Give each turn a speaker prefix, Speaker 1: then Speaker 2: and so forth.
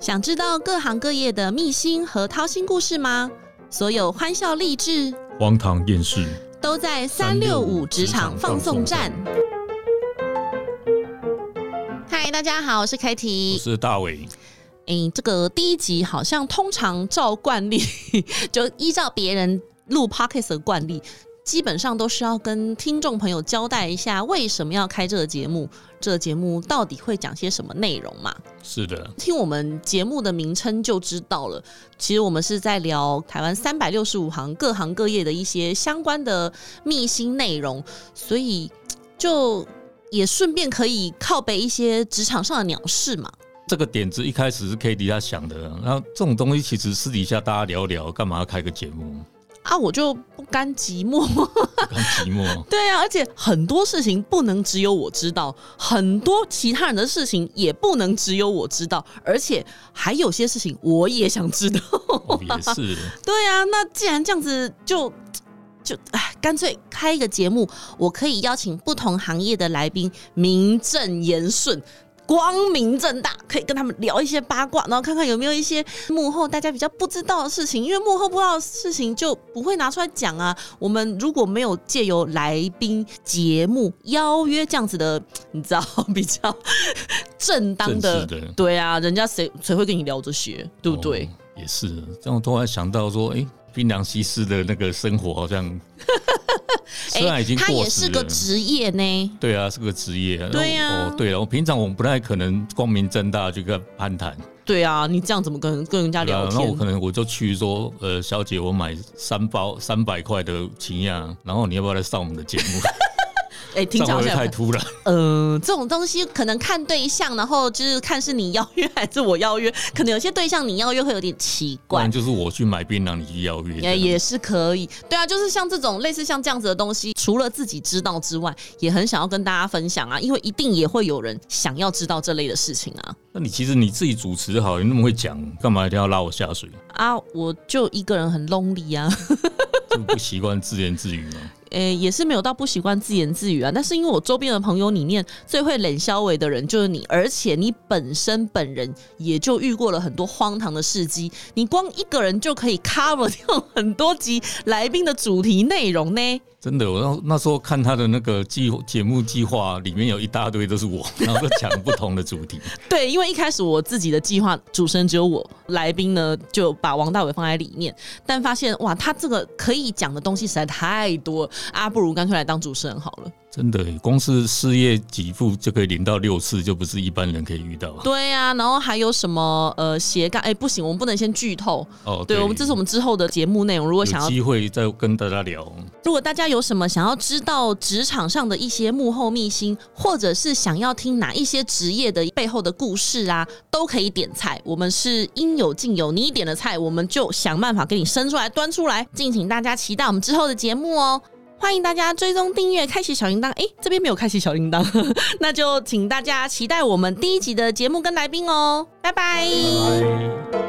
Speaker 1: 想知道各行各业的秘辛和掏心故事吗？所有欢笑励志
Speaker 2: 荒唐厌世，
Speaker 1: 都在三六五职场放送站。嗨，大家好，我是凯
Speaker 2: 我
Speaker 1: 婷。
Speaker 2: 是大伟。
Speaker 1: 诶，哎这个第一集好像通常照惯例， 就依照别人录 podcast 的惯例，基本上都是要跟听众朋友交代一下为什么要开这个节目，这个节目到底会讲些什么内容嘛？
Speaker 2: 是的，
Speaker 1: 听我们节目的名称就知道了，其实我们是在聊台湾三百六十五行各行各业的一些相关的秘辛内容，所以就也顺便可以靠背一些职场上的鸟事嘛。
Speaker 2: 这个点子一开始是 K D 他想的，然后这种东西其实私底下大家聊聊，干嘛要开个节目？
Speaker 1: 啊，我就不甘寂寞。。
Speaker 2: 很寂寞
Speaker 1: 对啊，而且很多事情不能只有我知道，很多其他人的事情也不能只有我知道，而且还有些事情我也想知道。
Speaker 2: 哦也是，
Speaker 1: 对啊，那既然这样子就，就哎，干脆开一个节目，我可以邀请不同行业的来宾，名正言顺。光明正大，可以跟他们聊一些八卦，然后看看有没有一些幕后大家比较不知道的事情，因为幕后不知道的事情就不会拿出来讲啊。我们如果没有借由来宾节目邀约这样子的，你知道比较 正当的，
Speaker 2: 正式的
Speaker 1: 对啊，人家谁谁会跟你聊这些，对不对？
Speaker 2: 哦也是，这样我突然想到说，哎、槟榔西施的那个生活 好像虽啊然已经
Speaker 1: 哎他
Speaker 2: 过
Speaker 1: 也
Speaker 2: 时
Speaker 1: 是
Speaker 2: 了
Speaker 1: 个。职业呢。
Speaker 2: 对啊，是个职业。然后
Speaker 1: 对啊
Speaker 2: 哦，对了，我平常我们不太可能光明正大去跟他攀谈，
Speaker 1: 对啊，你这样怎么跟跟人家
Speaker 2: 对啊
Speaker 1: 聊
Speaker 2: 然后我
Speaker 1: 天？
Speaker 2: 可能我就去说，呃，小姐，我买三包三百块的琴呀，然后你要不要来上我们的节目？
Speaker 1: 哎、 听
Speaker 2: 这
Speaker 1: 起来好
Speaker 2: 样会不会太
Speaker 1: 像
Speaker 2: 突然？
Speaker 1: 呃，这种东西可能看对象，然后就是看是你邀约还是我邀约，可能有些对象你邀约会有点奇
Speaker 2: 不
Speaker 1: 怪
Speaker 2: 然。就是我去买槟榔，你去邀约。
Speaker 1: 也也是可以，对啊，就是像这种类似像这样子的东西，除了自己知道之外，也很想要跟大家分享啊，因为一定也会有人想要知道这类的事情啊
Speaker 2: 那你其实你自己主持好，你那么会讲，干嘛一定要拉我下水？
Speaker 1: 啊！我就一个人很 lonely 啊，
Speaker 2: 就不习惯自言自语吗？
Speaker 1: 呃、也是没有到不习惯自言自语啊，但是因为我周边的朋友里面最会冷消委的人就是你，而且你本身本人也就遇过了很多荒唐的事迹，你光一个人就可以 cover 掉 很多集来宾的主题内容呢。
Speaker 2: 真的，我那那时候看他的那个计节目计划，里面有一大堆都是我， 然后都讲不同的主题。
Speaker 1: 对，因为一开始我自己的计划主持人只有我，来宾呢就把王大伟放在里面，但发现哇，他这个可以讲的东西实在太多啊，不如干脆来当主持人好了。
Speaker 2: 真的，光是事业给付就可以领到六次，就不是一般人可以遇到。
Speaker 1: 对呀、然后还有什么呃斜杠？哎、不行，我们不能先剧透。
Speaker 2: 哦，
Speaker 1: 对，我们这是我们之后的节目内容。如果
Speaker 2: 有
Speaker 1: 想要，
Speaker 2: 机会再跟大家聊。
Speaker 1: 如果大家有什么想要知道职场上的一些幕后秘辛，或者是想要听哪一些职业的背后的故事啊，都可以点菜。我们是应有尽有，你点的菜，我们就想办法给你生出来、端出来。敬请大家期待我们之后的节目哦。欢迎大家追踪订阅，开启小铃铛。哎，这边没有开启小铃铛，那就请大家期待我们第一集的节目跟来宾哦。拜拜
Speaker 2: 拜拜。